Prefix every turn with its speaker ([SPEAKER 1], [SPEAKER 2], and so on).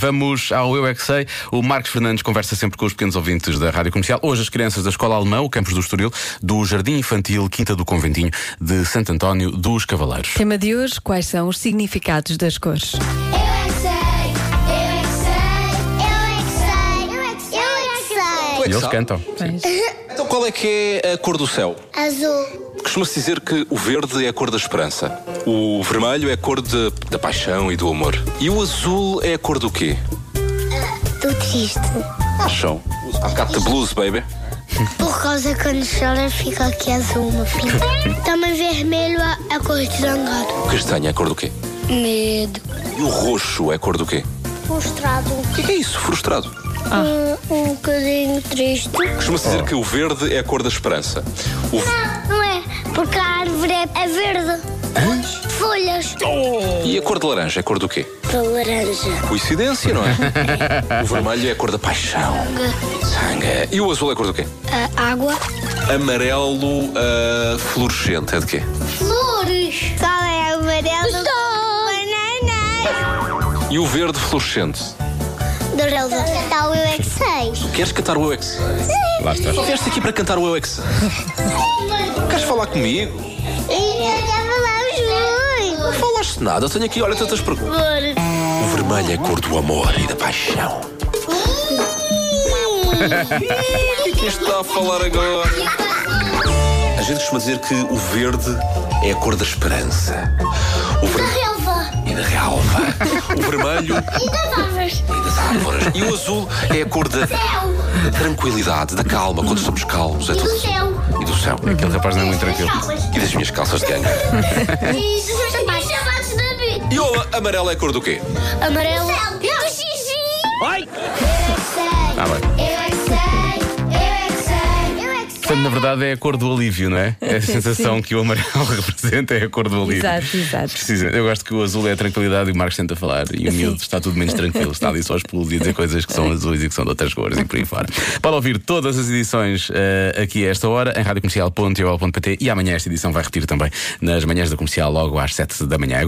[SPEAKER 1] Vamos ao Eu é que Sei. O Marcos Fernandes conversa sempre com os pequenos ouvintes da Rádio Comercial. Hoje as crianças da Escola Alemã, o Campos do Estoril, do Jardim Infantil Quinta do Conventinho de Santo António dos Cavaleiros.
[SPEAKER 2] Tema de hoje: quais são os significados das cores?
[SPEAKER 3] Eu é que sei, eu é que sei, eu é que sei, eu é que sei, eu é é que é
[SPEAKER 1] E eles cantam.
[SPEAKER 2] Pois.
[SPEAKER 4] Então qual é que é a cor do céu?
[SPEAKER 3] sei. Azul,
[SPEAKER 4] Costuma-se dizer que o verde é a cor da esperança, o vermelho é a cor de- da paixão e do amor, e o azul é a cor do quê?
[SPEAKER 3] do triste.
[SPEAKER 4] Paixão. I've got the blues, baby.
[SPEAKER 3] Por causa quando chora fica aqui azul, meu filho. Também vermelho é a cor de zangado.
[SPEAKER 4] O castanho é a cor do quê?
[SPEAKER 3] Medo.
[SPEAKER 4] E o roxo é a cor do quê?
[SPEAKER 3] Frustrado.
[SPEAKER 4] O que é que é isso? Frustrado.
[SPEAKER 3] Um, um bocadinho triste.
[SPEAKER 4] Costuma-se dizer que o verde é a cor da esperança. O...
[SPEAKER 3] Não, não é, porque a árvore é, é verde. Folhas.
[SPEAKER 4] E a cor de laranja é a cor do quê?
[SPEAKER 3] Para laranja.
[SPEAKER 4] Coincidência, não é? o vermelho é a cor da paixão. Sangue. E o azul é a cor do quê?
[SPEAKER 3] água.
[SPEAKER 4] Amarelo ah, fluorescente é de quê?
[SPEAKER 3] Flores. Qual é amarelo? Estou. Bananas.
[SPEAKER 4] E o verde fluorescente?
[SPEAKER 3] Dorelda. Tal eu é que sei.
[SPEAKER 4] Queres cantar o Eu é que Sei?
[SPEAKER 1] Lá está.
[SPEAKER 4] Só vieste aqui para cantar o Eu é que Sei. Queres falar comigo?
[SPEAKER 3] Eu
[SPEAKER 4] Não falaste nada, eu tenho aqui, olha, tantas perguntas. O vermelho é a cor do amor e da paixão. O que está a falar agora? A gente costuma dizer que o verde é a cor da esperança. O vermelho é da relva. O vermelho é das árvores. E o azul é a cor da da tranquilidade, da calma, quando estamos calmos. É tudo. E do céu.
[SPEAKER 1] Aquele rapaz não é muito tranquilo.
[SPEAKER 4] E das minhas calças de ganga. E o amarelo é a cor do quê?
[SPEAKER 3] Amarelo. Do xixi.
[SPEAKER 1] Ah, bem. Portanto, na verdade é a cor do alívio, não é? É a sensação que o amarelo representa, é a cor do alívio.
[SPEAKER 2] Exato, exato.
[SPEAKER 1] Precisa. Eu gosto que o azul é a tranquilidade e o Marcos tenta falar. E o
[SPEAKER 2] Sim.
[SPEAKER 1] miúdo está tudo menos tranquilo. Está ali só aos pulos e a dizer coisas que são azuis e que são de outras cores e por aí fora. Para ouvir todas as edições eh, aqui a esta hora, em radiocomercial.ol.pt e amanhã esta edição vai repetir também nas manhãs da comercial, logo às 7 da manhã.